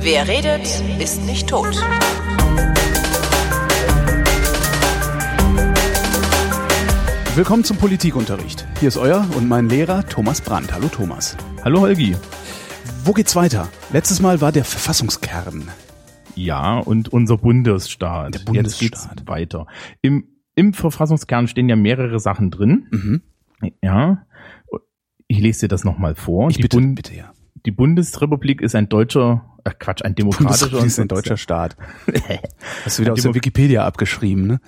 Wer redet, ist nicht tot. Willkommen zum Politikunterricht. Hier ist euer und mein Lehrer Thomas Brandt. Hallo Thomas. Hallo Holgi. Wo geht's weiter? Letztes Mal war der Verfassungskern. Ja, und unser Bundesstaat. Der Bundesstaat. Jetzt geht's weiter. Im, Im Verfassungskern stehen ja mehrere Sachen drin. Mhm. Ja. Ich lese dir das nochmal vor. Ich die, bitte, Bund- bitte ja. die Bundesrepublik ist ein deutscher, äh Quatsch, ein demokratischer. Bundesrepublik ist ein deutscher Staat. Hast du wieder aus der Demo- Wikipedia abgeschrieben, ne?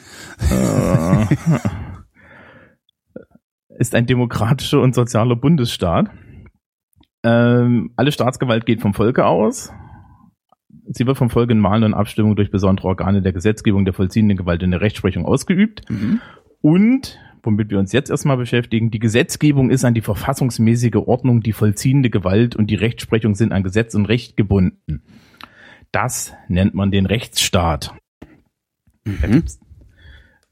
Äh. ist ein demokratischer und sozialer Bundesstaat. Ähm, alle Staatsgewalt geht vom Volke aus. Sie wird vom Volk in Wahlen und Abstimmungen durch besondere Organe der Gesetzgebung, der vollziehenden Gewalt und der Rechtsprechung ausgeübt. Und, womit wir uns jetzt erstmal beschäftigen, die Gesetzgebung ist an die verfassungsmäßige Ordnung, die vollziehende Gewalt und die Rechtsprechung sind an Gesetz und Recht gebunden. Das nennt man den Rechtsstaat. Mhm. Hm?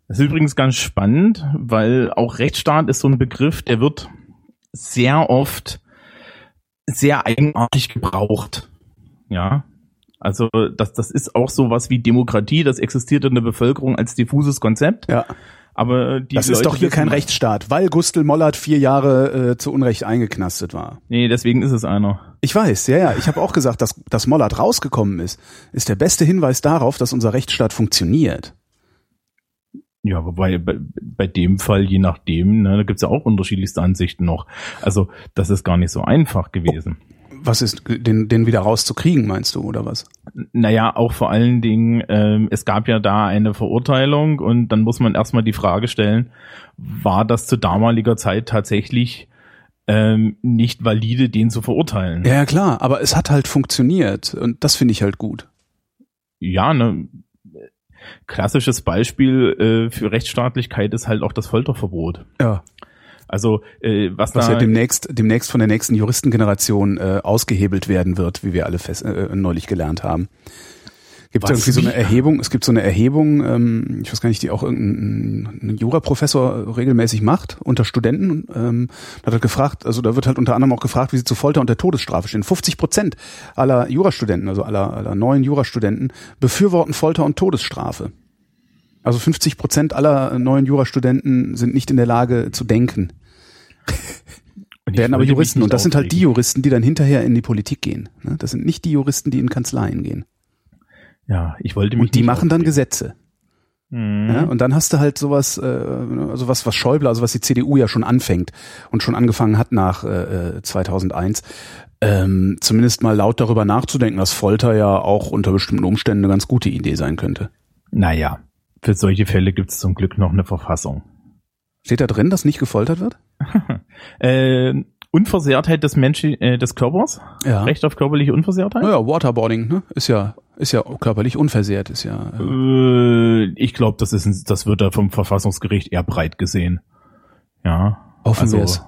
Das ist übrigens ganz spannend, weil auch Rechtsstaat ist so ein Begriff, der wird sehr oft sehr eigenartig gebraucht. Ja. Also das, das ist auch sowas wie Demokratie, das existiert in der Bevölkerung als diffuses Konzept, Ja. aber die Das ist Leute doch hier wissen- kein Rechtsstaat, weil Gustl Mollert vier Jahre äh, zu Unrecht eingeknastet war. Nee, deswegen ist es einer. Ich weiß, ja, ja. Ich habe auch gesagt, dass, dass Mollert rausgekommen ist, ist der beste Hinweis darauf, dass unser Rechtsstaat funktioniert. Ja, wobei bei, bei dem Fall, je nachdem, ne, da gibt's ja auch unterschiedlichste Ansichten noch. Also das ist gar nicht so einfach gewesen. Was ist, den, den wieder rauszukriegen, meinst du, oder was? Naja, auch vor allen Dingen, ähm, es gab ja da eine Verurteilung und dann muss man erstmal die Frage stellen, war das zu damaliger Zeit tatsächlich ähm, nicht valide, den zu verurteilen? Ja, ja, klar, aber es hat halt funktioniert und das finde ich halt gut. Ja, ne. Klassisches Beispiel äh, für Rechtsstaatlichkeit ist halt auch das Folterverbot. Ja. Also äh, was, Was da ja demnächst, demnächst von der nächsten Juristengeneration äh, ausgehebelt werden wird, wie wir alle fest, äh, neulich gelernt haben. Gibt Was? irgendwie so eine Wie? Erhebung, es gibt so eine Erhebung, ähm, ich weiß gar nicht, die auch irgendein ein Juraprofessor regelmäßig macht unter Studenten, ähm, hat halt gefragt, also da wird halt unter anderem auch gefragt, wie sie zu Folter und der Todesstrafe stehen. 50 Prozent aller Jurastudenten, also aller, aller neuen Jurastudenten, befürworten Folter und Todesstrafe. Also 50 Prozent aller neuen Jurastudenten sind nicht in der Lage zu denken, Und ich werden aber wollte mich Juristen nicht und das sind halt die aufregen. Juristen, die dann hinterher in die Politik gehen. ne? Das sind nicht die Juristen, die in Kanzleien gehen. Ja, ich wollte mich Und die nicht machen dann aufregen. Gesetze. Mhm. Ja, und dann hast du halt sowas, äh, also was, was Schäuble, also was die CDU ja schon anfängt und schon angefangen hat nach äh, äh, 2001, ähm, zumindest mal laut darüber nachzudenken, dass Folter ja auch unter bestimmten Umständen eine ganz gute Idee sein könnte. Naja, für solche Fälle gibt's zum Glück noch eine Verfassung. Steht da drin, dass nicht gefoltert wird? Äh, Unversehrtheit des Menschen, äh, des Körpers? Ja. Recht auf körperliche Unversehrtheit? Naja, Waterboarding, ne? Ist ja, ist ja körperlich unversehrt, ist ja. Äh, Äh, ich glaube, das ist, ein, das wird da vom Verfassungsgericht eher breit gesehen. Ja. Hoffen wir es.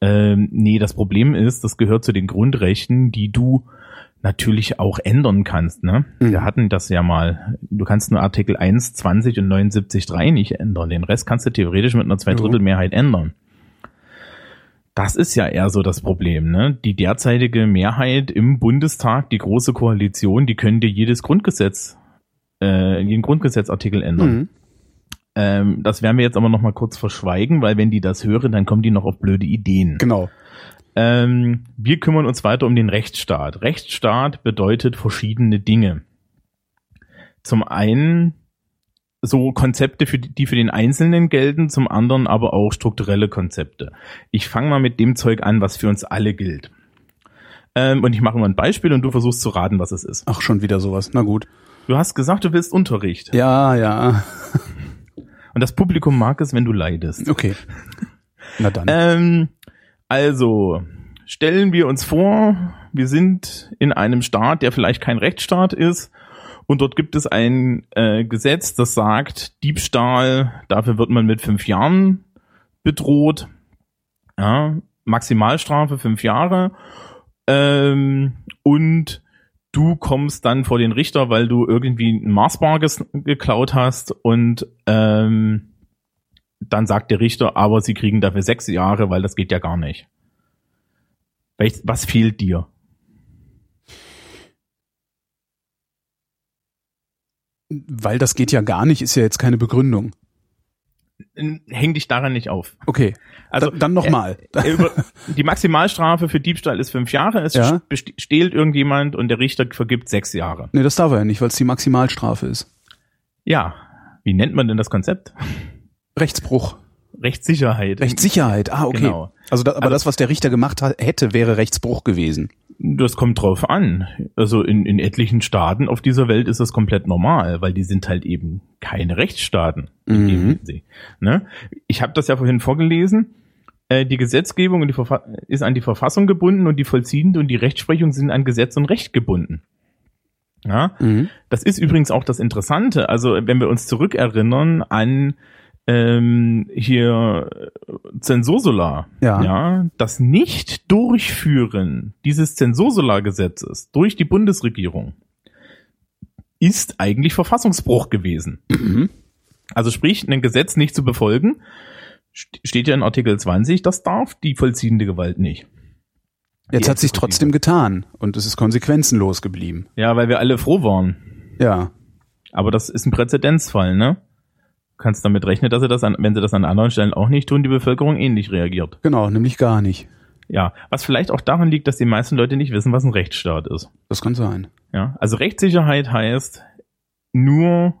Ähm, nee, das Problem ist, das gehört zu den Grundrechten, die du natürlich auch ändern kannst, ne? Mhm. Wir hatten das ja mal. Du kannst nur Artikel 1, 20 und 79 3 nicht ändern. Den Rest kannst du theoretisch mit einer Zweidrittelmehrheit ändern. Das ist ja eher so das Problem, ne? Die derzeitige Mehrheit im Bundestag, die große Koalition, die können dir jedes Grundgesetz, äh, jeden Grundgesetzartikel ändern. Mhm. Ähm, das werden wir jetzt aber noch mal kurz verschweigen, weil wenn die das hören, dann kommen die noch auf blöde Ideen. Genau. Ähm, wir kümmern uns weiter um den Rechtsstaat. Rechtsstaat bedeutet verschiedene Dinge. Zum einen so Konzepte, für die, die für den Einzelnen gelten, zum anderen aber auch strukturelle Konzepte. Ich fange mal mit dem Zeug an, was für uns alle gilt. Ähm, und ich mache mal ein Beispiel und du versuchst zu raten, was es ist. Ach, schon wieder sowas. Na gut. Du hast gesagt, du willst Unterricht. Ja, ja. Und das Publikum mag es, wenn du leidest. Okay. Na dann. Ähm, also, stellen wir uns vor, wir sind in einem Staat, der vielleicht kein Rechtsstaat ist. Und dort gibt es ein äh, Gesetz, das sagt, Diebstahl, dafür wird man mit fünf Jahren bedroht. Ja, Maximalstrafe fünf Jahre. Ähm, und du kommst dann vor den Richter, weil du irgendwie ein Marsbar ges- geklaut hast und ähm, dann sagt der Richter, aber sie kriegen dafür sechs Jahre, weil das geht ja gar nicht. Welch- Was fehlt dir? Weil das geht ja gar nicht, ist ja jetzt keine Begründung. Häng dich daran nicht auf. Okay. Also Also, dann nochmal. Er über- Die Maximalstrafe für Diebstahl ist fünf Jahre. Es Ja. best- stehlt irgendjemand und der Richter vergibt sechs Jahre. nee, das darf er ja nicht, weil es die Maximalstrafe ist. Ja. Wie nennt man denn das Konzept? Rechtsbruch. Rechtssicherheit. Rechtssicherheit. Ah, okay. Genau. Genau. Also da, aber das, was der Richter gemacht hat, hätte, wäre Rechtsbruch gewesen. Das kommt drauf an. Also in, in etlichen Staaten auf dieser Welt ist das komplett normal, weil die sind halt eben keine Rechtsstaaten. in dem Mhm. Hinsicht, Ne? Ich habe das ja vorhin vorgelesen. Äh, Die Gesetzgebung und die Verfa- ist an die Verfassung gebunden und die vollziehende und die Rechtsprechung sind an Gesetz und Recht gebunden. Ja? Mhm. Das ist übrigens auch das Interessante. Also wenn wir uns zurückerinnern an ähm, hier äh, Zensursolar, Ja. ja, das Nicht-Durchführen dieses Zensursolar-Gesetzes durch die Bundesregierung ist eigentlich Verfassungsbruch gewesen. Mhm. Also sprich, ein Gesetz nicht zu befolgen, st- steht ja in Artikel 20, das darf die vollziehende Gewalt nicht. Jetzt Die hat sich Exekutive. trotzdem getan und es ist konsequenzenlos geblieben. Ja, weil wir alle froh waren. Ja. Aber das ist ein Präzedenzfall, ne? Kannst damit rechnen, dass sie das an, wenn sie das an anderen Stellen auch nicht tun, die Bevölkerung ähnlich reagiert. Genau, nämlich gar nicht. Ja, was vielleicht auch daran liegt, dass die meisten Leute nicht wissen, was ein Rechtsstaat ist. Das kann sein. Ja, also Rechtssicherheit heißt nur,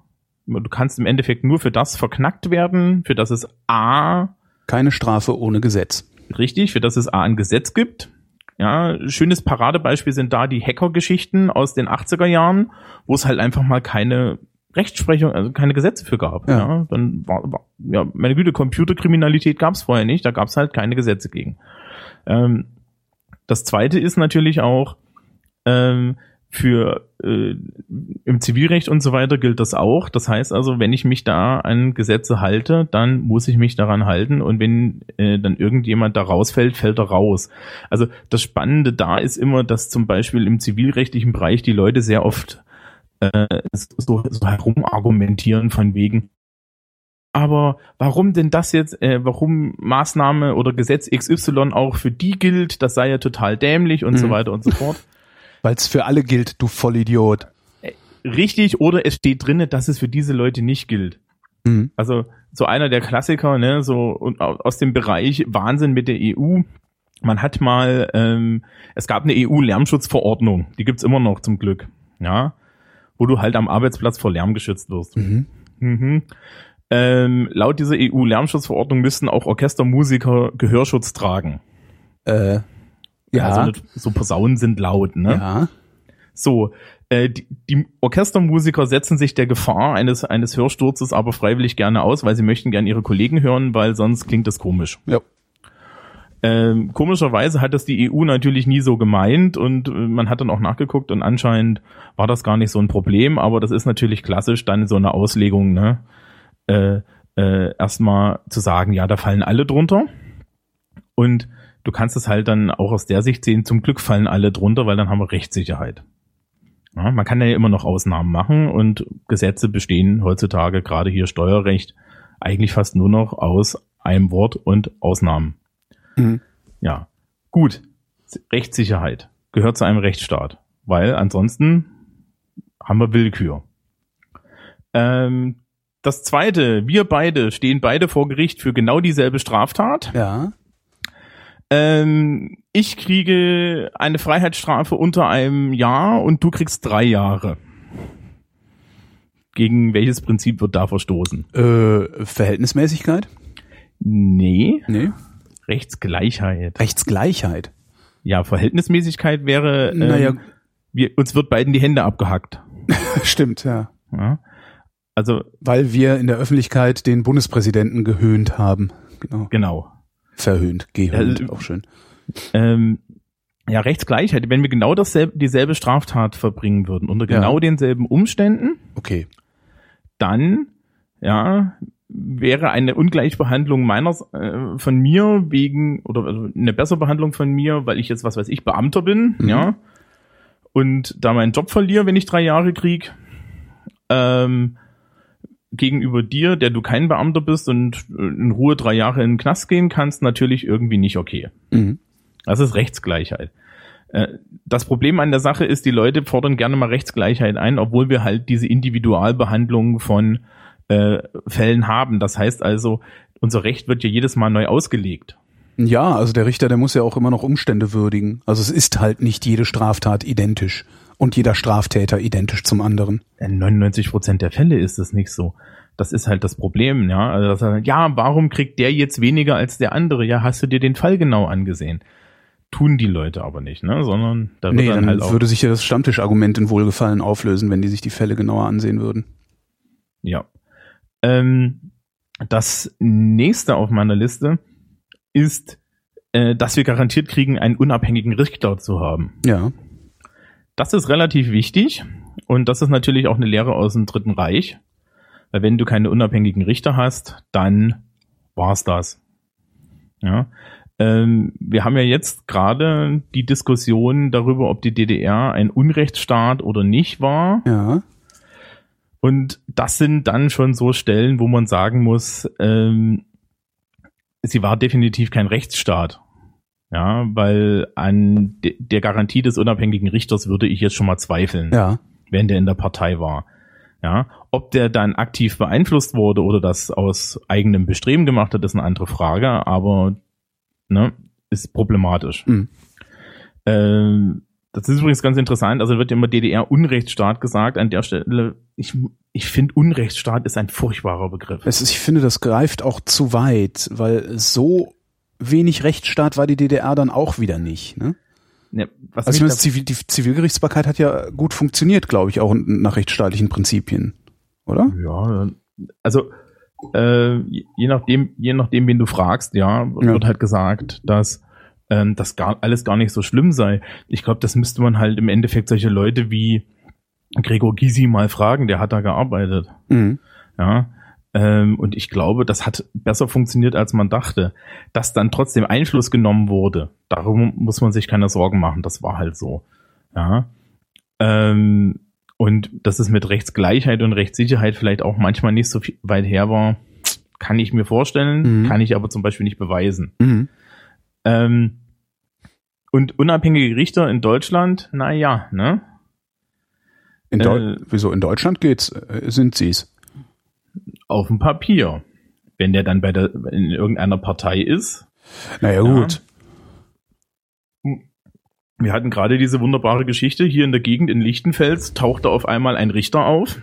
du kannst im Endeffekt nur für das verknackt werden, für das es a Keine Strafe ohne Gesetz. Richtig, für das es A ein Gesetz gibt. Ja, schönes Paradebeispiel sind da die Hacker-Geschichten aus den 80er Jahren, wo es halt einfach mal keine Rechtsprechung, also keine Gesetze für gab. Ja. Ja. dann war, war ja, meine Güte, Computerkriminalität gab es vorher nicht, da gab es halt keine Gesetze gegen. Ähm, das zweite ist natürlich auch, ähm, für äh, im Zivilrecht und so weiter gilt das auch. Das heißt also, wenn ich mich da an Gesetze halte, dann muss ich mich daran halten und wenn äh, dann irgendjemand da rausfällt, fällt er raus. Also das Spannende da ist immer, dass zum Beispiel im zivilrechtlichen Bereich die Leute sehr oft äh, so, so herumargumentieren von wegen, aber warum denn das jetzt, äh, warum Maßnahme oder Gesetz XY auch für die gilt, das sei ja total dämlich und so Mhm. weiter und so fort. Weil es für alle gilt, du Vollidiot. richtig oder es steht drinne, dass es für diese Leute nicht gilt. Mhm. Also so einer der Klassiker, ne, so und au- aus dem Bereich Wahnsinn mit der EU. Man hat mal, ähm, es gab eine EU-Lärmschutzverordnung, die gibt's immer noch zum Glück, ja, wo du halt am Arbeitsplatz vor Lärm geschützt wirst. Mhm. Mhm. Ähm, laut dieser EU-Lärmschutzverordnung müssten auch Orchestermusiker Gehörschutz tragen. Äh, ja. Also nicht- so Posaunen sind laut, ne? ja. So, äh, die, die Orchestermusiker setzen sich der Gefahr eines, eines Hörsturzes aber freiwillig gerne aus, weil sie möchten gerne ihre Kollegen hören, weil sonst klingt das komisch. Ja. Ähm, komischerweise hat das die EU natürlich nie so gemeint und äh, man hat dann auch nachgeguckt und anscheinend war das gar nicht so ein Problem, aber das ist natürlich klassisch dann so eine Auslegung, ne? Äh, äh, erstmal zu sagen, ja, da fallen alle drunter und du kannst es halt dann auch aus der Sicht sehen, zum Glück fallen alle drunter, weil dann haben wir Rechtssicherheit. Ja, man kann ja immer noch Ausnahmen machen und Gesetze bestehen heutzutage gerade hier Steuerrecht eigentlich fast nur noch aus einem Wort und Ausnahmen. Mhm. Ja, gut. Rechtssicherheit gehört zu einem Rechtsstaat, weil ansonsten haben wir Willkür. Ähm, das zweite, wir beide stehen beide vor Gericht für genau dieselbe Straftat. Ja. Ähm, ich kriege eine Freiheitsstrafe unter einem Jahr und du kriegst drei Jahre. Gegen welches Prinzip wird da verstoßen? Äh, Verhältnismäßigkeit? Nee, Nee. Rechtsgleichheit. Rechtsgleichheit. Ja, Verhältnismäßigkeit wäre, ähm, Naja. wir, uns wird beiden die Hände abgehackt. Stimmt, ja. Ja? Also, Weil wir in der Öffentlichkeit den Bundespräsidenten gehöhnt haben. Genau. genau. Verhöhnt, gehöhnt, Also- auch schön. Ähm, ja, Rechtsgleichheit, wenn wir genau dasselbe, dieselbe Straftat verbringen würden, unter Ja. genau denselben Umständen, Okay. dann ja wäre eine Ungleichbehandlung meiner äh, von mir wegen oder also eine bessere Behandlung von mir, weil ich jetzt was weiß ich Beamter bin, Mhm. ja und da meinen Job verliere, wenn ich drei Jahre krieg ähm, gegenüber dir, der du kein Beamter bist und äh, in Ruhe drei Jahre in den Knast gehen kannst, natürlich irgendwie nicht okay. Mhm. Das ist Rechtsgleichheit. Äh, Das Problem an der Sache ist, die Leute fordern gerne mal Rechtsgleichheit ein, obwohl wir halt diese Individualbehandlung von äh, Fällen haben. Das heißt also, unser Recht wird ja jedes Mal neu ausgelegt. Ja, also der Richter, der muss ja auch immer noch Umstände würdigen. Also es ist halt nicht jede Straftat identisch und jeder Straftäter identisch zum anderen. in 99 Prozent der Fälle ist es nicht so. Das ist halt das Problem, ja. Also das, heißt, ja, warum kriegt der jetzt weniger als der andere? Ja, hast du dir den Fall genau angesehen? Tun die Leute aber nicht, ne? Sondern da wird Nee, dann, dann halt auch. würde sich ja das Stammtischargument in Wohlgefallen auflösen, wenn die sich die Fälle genauer ansehen würden. Ja. Ähm, das nächste auf meiner Liste ist, äh, dass wir garantiert kriegen, einen unabhängigen Richter zu haben. Ja. Das ist relativ wichtig und das ist natürlich auch eine Lehre aus dem Dritten Reich. Weil wenn du keine unabhängigen Richter hast, dann war's das. Ja. Ähm, wir haben ja jetzt gerade die Diskussion darüber, ob die DDR ein Unrechtsstaat oder nicht war. Ja. Und das sind dann schon so Stellen, wo man sagen muss, ähm, sie war definitiv kein Rechtsstaat. Ja, weil an de der Garantie des unabhängigen Richters würde ich jetzt schon mal zweifeln Ja. wenn der in der Partei war. Ja, ob der dann aktiv beeinflusst wurde oder das aus eigenem Bestreben gemacht hat, ist eine andere Frage, aber ne, ist problematisch. Mhm. Ähm, das ist übrigens ganz interessant, also wird immer DDR-Unrechtsstaat gesagt, an der Stelle, ich, ich finde Unrechtsstaat ist ein furchtbarer Begriff. Es ist, ich finde, das greift auch zu weit, weil so wenig Rechtsstaat war die DDR dann auch wieder nicht. Ne? Ne, was Also ich mich meine, Zivil, die Zivilgerichtsbarkeit hat ja gut funktioniert, glaube ich, auch nach rechtsstaatlichen Prinzipien, oder? Ja, also äh, je je nachdem, je nachdem, wen du fragst, ja, Ja. wird halt gesagt, dass ähm, das gar, alles gar nicht so schlimm sei. Ich glaube, das müsste man halt im Endeffekt solche Leute wie Gregor Gysi mal fragen, der hat da gearbeitet. Mhm. Ja. Ähm, und ich glaube, das hat besser funktioniert, als man dachte. Dass dann trotzdem Einfluss genommen wurde, darum muss man sich keine Sorgen machen. Das war halt so. Ja. Ähm, und dass es mit Rechtsgleichheit und Rechtssicherheit vielleicht auch manchmal nicht so viel weit her war, kann ich mir vorstellen, Mhm. kann ich aber zum Beispiel nicht beweisen. Mhm. Ähm, und unabhängige Richter in Deutschland, na ja, ne? In Äh, Deu wieso? In Deutschland geht's, äh, sind sie's. Auf dem Papier. Wenn der dann bei der, in irgendeiner Partei ist, Naja, Ja. gut. Wir hatten gerade diese wunderbare Geschichte hier in der Gegend in Lichtenfels tauchte auf einmal ein Richter auf.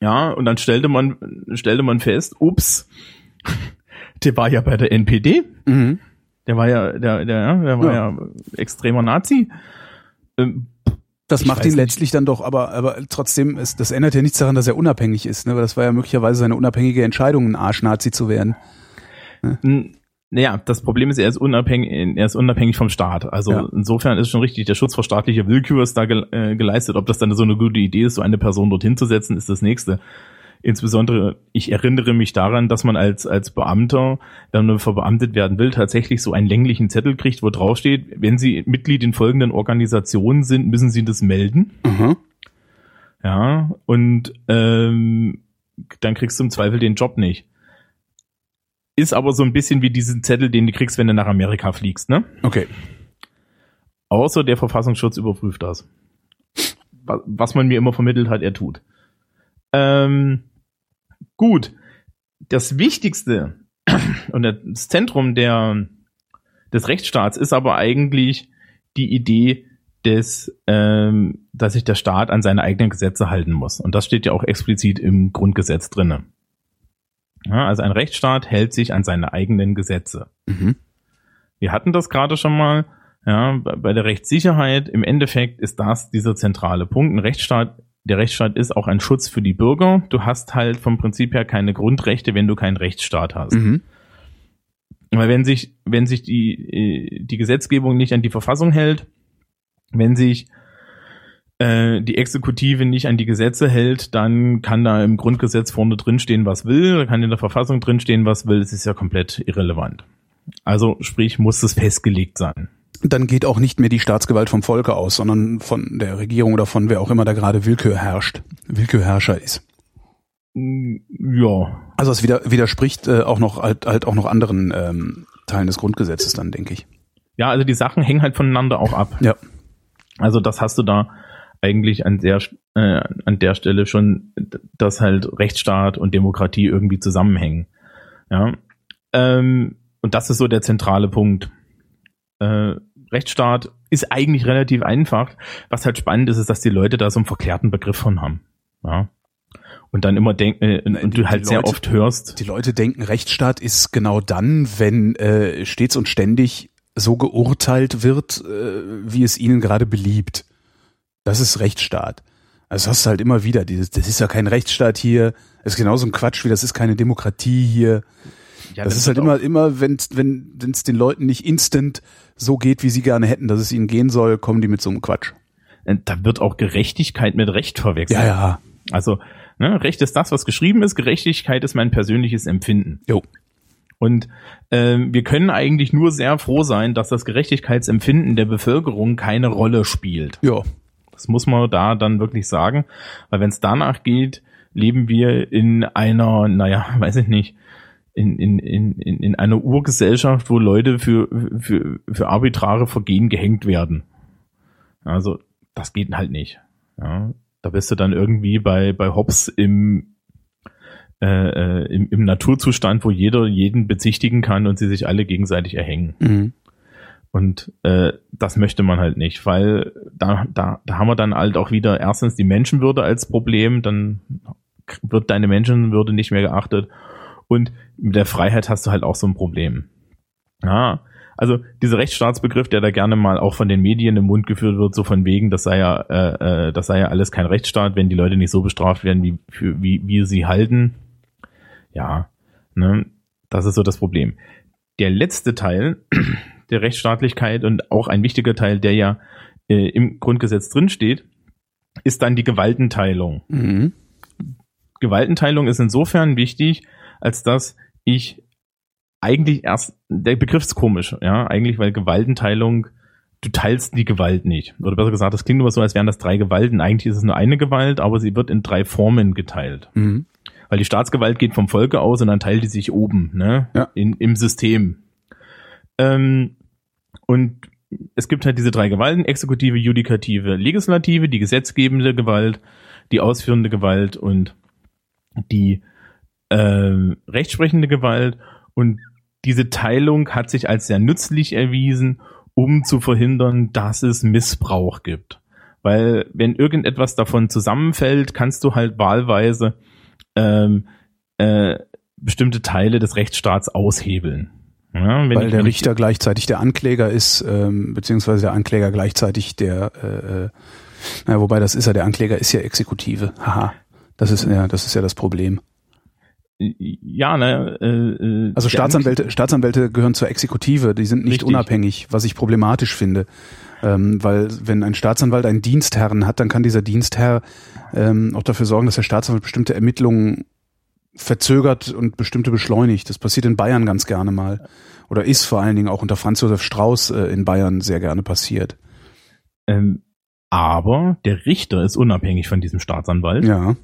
Ja, und dann stellte man, stellte man fest, ups, der war ja bei der NPD. Mhm. Der war ja, der, der, der war ja, Ja. extremer Nazi. Ähm, Das Ich macht weiß ihn nicht. letztlich dann doch, aber, aber trotzdem, ist, das ändert ja nichts daran, dass er unabhängig ist, ne? Weil das war ja möglicherweise seine unabhängige Entscheidung, ein Arschnazi zu werden. n- Naja, das Problem ist, er ist unabhängig, er ist unabhängig vom Staat. Also Ja. insofern ist schon richtig, der Schutz vor staatlicher Willkür ist da gel- äh, geleistet. Ob das dann so eine gute Idee ist, so eine Person dorthin zu setzen, ist das nächste. Insbesondere, ich erinnere mich daran, dass man als, als Beamter, wenn man verbeamtet werden will, tatsächlich so einen länglichen Zettel kriegt, wo drauf steht, wenn Sie Mitglied in folgenden Organisationen sind, müssen Sie das melden. Mhm. Ja, und ähm, dann kriegst du im Zweifel den Job nicht. Ist aber so ein bisschen wie diesen Zettel, den du kriegst, wenn du nach Amerika fliegst, ne? Okay. Außer der Verfassungsschutz überprüft das. Wa- Was man mir immer vermittelt hat, er tut. Ähm, gut. Das Wichtigste und das Zentrum der, des Rechtsstaats ist aber eigentlich die Idee, des, ähm, dass sich der Staat an seine eigenen Gesetze halten muss. Und das steht ja auch explizit im Grundgesetz drinne. Ja, also ein Rechtsstaat hält sich an seine eigenen Gesetze. Mhm. Wir hatten das gerade schon mal. Ja, bei bei der Rechtssicherheit im Endeffekt ist das dieser zentrale Punkt. Ein Rechtsstaat, der Rechtsstaat ist auch ein Schutz für die Bürger. Du hast halt vom Prinzip her keine Grundrechte, wenn du keinen Rechtsstaat hast. Mhm. Weil wenn sich, wenn sich die, äh, die Gesetzgebung nicht an die Verfassung hält, wenn sich äh, die Exekutive nicht an die Gesetze hält, dann kann da im Grundgesetz vorne drinstehen, was will, da kann in der Verfassung drinstehen, was will, es ist ja komplett irrelevant. Also sprich, muss es festgelegt sein. Dann geht auch nicht mehr die Staatsgewalt vom Volke aus, sondern von der Regierung oder von wer auch immer da gerade Willkür herrscht, Willkürherrscher ist. Mm, Ja, Also es wider, widerspricht äh, auch noch halt, halt auch noch anderen ähm, Teilen des Grundgesetzes dann, denke ich. ja, also die Sachen hängen halt voneinander auch ab. Ja. Also das hast du da eigentlich an der, äh, an der Stelle schon, dass halt Rechtsstaat und Demokratie irgendwie zusammenhängen. Ja. Ähm, und das ist so der zentrale Punkt. Äh, Rechtsstaat ist eigentlich relativ einfach. Was halt spannend ist, ist, dass die Leute da so einen verklärten Begriff von haben. Ja. Und dann immer denken, äh, und, Nein, und die- du halt die sehr Leute- oft hörst. Die Leute denken, Rechtsstaat ist genau dann, wenn äh, stets und ständig so geurteilt wird, äh, wie es ihnen gerade beliebt. Das ist Rechtsstaat. Also hast du halt immer wieder dieses, das ist ja kein Rechtsstaat hier, das ist genauso ein Quatsch wie das ist keine Demokratie hier. Ja, das, ist halt immer, immer, wenn's, wenn es den Leuten nicht instant so geht, wie sie gerne hätten, dass es ihnen gehen soll, kommen die mit so einem Quatsch. Äh, da wird auch Gerechtigkeit mit Recht verwechselt. Ja, ja. Also ne, Recht ist das, was geschrieben ist, Gerechtigkeit ist mein persönliches Empfinden. Jo. Und ähm, wir können eigentlich nur sehr froh sein, dass das Gerechtigkeitsempfinden der Bevölkerung keine Rolle spielt. Ja. Das muss man da dann wirklich sagen, weil wenn es danach geht, leben wir in einer, naja, weiß ich nicht, in, in, in, in in einer Urgesellschaft, wo Leute für, für, für arbitrare Vergehen gehängt werden. Also das geht halt nicht. Ja, da bist du dann irgendwie bei, bei Hobbes im, äh, äh, im, im Naturzustand, wo jeder jeden bezichtigen kann und sie sich alle gegenseitig erhängen. Mhm. Und äh, das möchte man halt nicht, weil da, da, da haben wir dann halt auch wieder erstens die Menschenwürde als Problem, dann k- wird deine Menschenwürde nicht mehr geachtet und mit der Freiheit hast du halt auch so ein Problem. Ja, also dieser Rechtsstaatsbegriff, der da gerne mal auch von den Medien im Mund geführt wird, so von wegen, das sei ja, äh, äh, das sei ja alles kein Rechtsstaat, wenn die Leute nicht so bestraft werden, wie, für, wie wir sie halten. Ja, ne, das ist so das Problem. Der letzte Teil der Rechtsstaatlichkeit und auch ein wichtiger Teil, der ja äh, im Grundgesetz drinsteht, ist dann die Gewaltenteilung. Mhm. Gewaltenteilung ist insofern wichtig, als dass ich eigentlich erst, der Begriff ist komisch, ja, eigentlich, weil Gewaltenteilung, du teilst die Gewalt nicht. Oder besser gesagt, das klingt immer so, als wären das drei Gewalten. Eigentlich ist es nur eine Gewalt, aber sie wird in drei Formen geteilt. Mhm. Weil die Staatsgewalt geht vom Volke aus und dann teilt die sich oben, ne? Ja. In, Im System. Ähm, und es gibt halt diese drei Gewalten, exekutive, judikative, legislative, die gesetzgebende Gewalt, die ausführende Gewalt und die ähm, rechtsprechende Gewalt. Und diese Teilung hat sich als sehr nützlich erwiesen, um zu verhindern, dass es Missbrauch gibt. Weil wenn irgendetwas davon zusammenfällt, kannst du halt wahlweise ähm, äh, bestimmte Teile des Rechtsstaats aushebeln. Ja, wenn Weil ich- der wenn ich- Richter gleichzeitig der Ankläger ist, ähm, beziehungsweise der Ankläger gleichzeitig der, äh, äh, naja, wobei das ist ja, der Ankläger ist ja Exekutive. Haha. Das ist ja, das ist ja das Problem. Ja, ne, äh, äh, Also der Staatsanwälte, Staatsanwälte gehören zur Exekutive, die sind nicht Richtig. unabhängig, was ich problematisch finde. Ähm, weil wenn ein Staatsanwalt einen Dienstherrn hat, dann kann dieser Dienstherr ähm, auch dafür sorgen, dass der Staatsanwalt bestimmte Ermittlungen verzögert und bestimmte beschleunigt. Das passiert in Bayern ganz gerne mal. Oder ist vor allen Dingen auch unter Franz Josef Strauß äh, in Bayern sehr gerne passiert. Ähm, aber der Richter ist unabhängig von diesem Staatsanwalt Ja.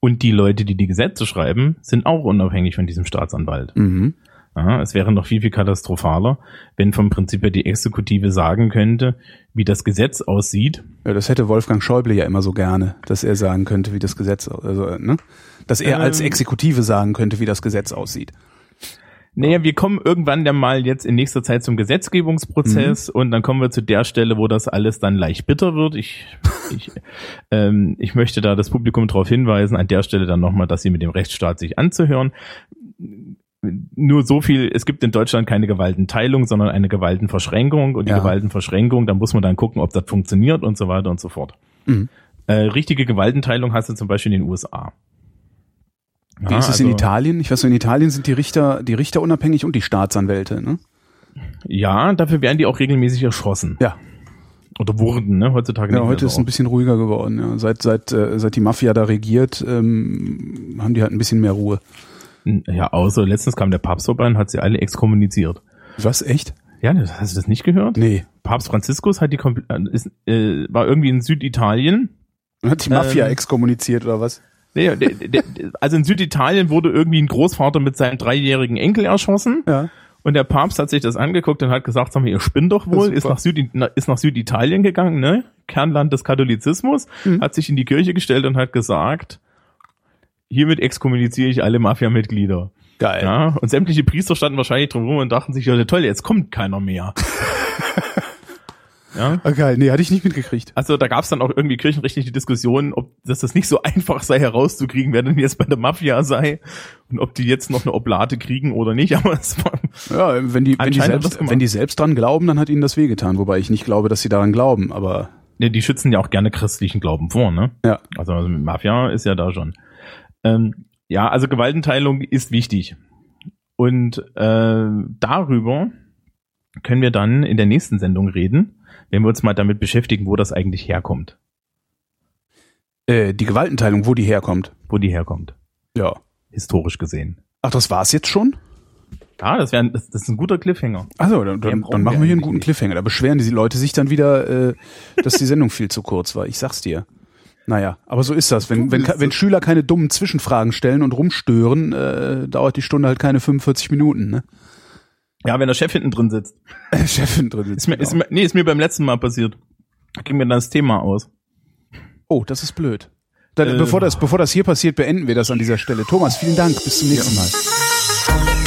und die Leute, die die Gesetze schreiben, sind auch unabhängig von diesem Staatsanwalt. Mhm. Ja, es wäre noch viel, viel katastrophaler, wenn vom Prinzip her die Exekutive sagen könnte, wie das Gesetz aussieht. ja. Das hätte Wolfgang Schäuble ja immer so gerne, dass er sagen könnte, wie das Gesetz, also, äh, ne? Dass er als Ähm. Exekutive sagen könnte, wie das Gesetz aussieht. Naja, wir kommen irgendwann dann mal jetzt in nächster Zeit zum Gesetzgebungsprozess Mhm. und dann kommen wir zu der Stelle, wo das alles dann leicht bitter wird. Ich, ich, ähm, ich möchte da das Publikum darauf hinweisen, an der Stelle dann nochmal, dass sie mit dem Rechtsstaat sich anzuhören. Nur so viel, es gibt in Deutschland keine Gewaltenteilung, sondern eine Gewaltenverschränkung und die Ja. Gewaltenverschränkung, da muss man dann gucken, ob das funktioniert und so weiter und so fort. Mhm. Äh, richtige Gewaltenteilung hast du zum Beispiel in den USA. Wie Ja, ist es in also- Italien? Ich weiß, nur, in Italien sind die Richter, die Richter unabhängig und die Staatsanwälte, ne? Ja, dafür werden die auch regelmäßig erschossen. Ja. Oder wurden, ne? Heutzutage Ja, nicht heute mehr ist ein so. bisschen ruhiger geworden. Ja. Seit seit äh, seit die Mafia da regiert, ähm, haben die halt ein bisschen mehr Ruhe. Ja, außer letztens kam der Papst vorbei und hat sie alle exkommuniziert. Was echt? Ja, ne, hast du das nicht gehört? Nee. Papst Franziskus hat die kompl- äh, ist, äh, war irgendwie in Süditalien. Hat die Mafia Ähm. exkommuniziert oder was? Nee, der, der, der, also in Süditalien wurde irgendwie ein Großvater mit seinem dreijährigen Enkel erschossen. Ja. Und der Papst hat sich das angeguckt und hat gesagt, sag mal, ihr spinnt doch wohl, Super. ist nach, Süd, na- ist nach Süditalien gegangen, ne? Kernland des Katholizismus, hat sich in die Kirche gestellt und hat gesagt, hiermit exkommuniziere ich alle Mafia-Mitglieder. Geil. Ja, und sämtliche Priester standen wahrscheinlich drumherum und dachten sich, ja toll, jetzt kommt keiner mehr. ja. Ah, geil. Nee, hatte ich nicht mitgekriegt. Also da gab es dann auch irgendwie kirchenrechtliche Diskussionen, ob dass das nicht so einfach sei herauszukriegen, wer denn jetzt bei der Mafia sei und ob die jetzt noch eine Oblate kriegen oder nicht. Aber es war, Ja, wenn die, wenn die, Anscheinend hat das selbst, gemacht. wenn die selbst dran glauben, dann hat ihnen das wehgetan. Wobei ich nicht glaube, dass sie daran glauben, aber ne, die schützen ja auch gerne christlichen Glauben vor, ne? ja. Also, also mit Mafia ist ja da schon. Ähm, ja, also Gewaltenteilung ist wichtig. Und äh, darüber können wir dann in der nächsten Sendung reden, wenn wir uns mal damit beschäftigen, wo das eigentlich herkommt. Äh, die Gewaltenteilung, wo die herkommt. Wo die herkommt, Ja. historisch gesehen. Ach, das war's jetzt schon? Ja, das, wär, das, das ist ein guter Cliffhanger. Also, dann, dann, brauchen dann machen wir wir hier einen eigentlich guten nicht. Cliffhanger. Da beschweren die Leute sich dann wieder, äh, dass die Sendung viel zu kurz war. Ich sag's dir. Naja, aber so ist das. Wenn, wenn, wenn Schüler keine dummen Zwischenfragen stellen und rumstören, äh, dauert die Stunde halt keine 45 Minuten. Ne? Ja, wenn der Chef hinten drin sitzt. Chefin drin Ist sitzt. mir, ist mir, nee, ist mir beim letzten Mal passiert. Da ging mir dann das Thema aus. oh, das ist blöd. Dann, Äh. bevor, das, bevor das hier passiert, beenden wir das an dieser Stelle. Thomas, vielen Dank. Bis zum nächsten Mal.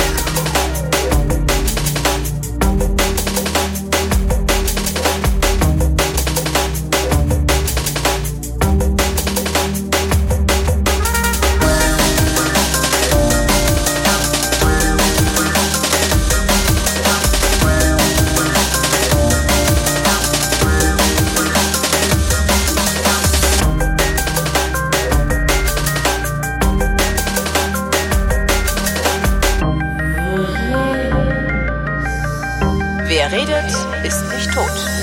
Wer redet, ist nicht tot.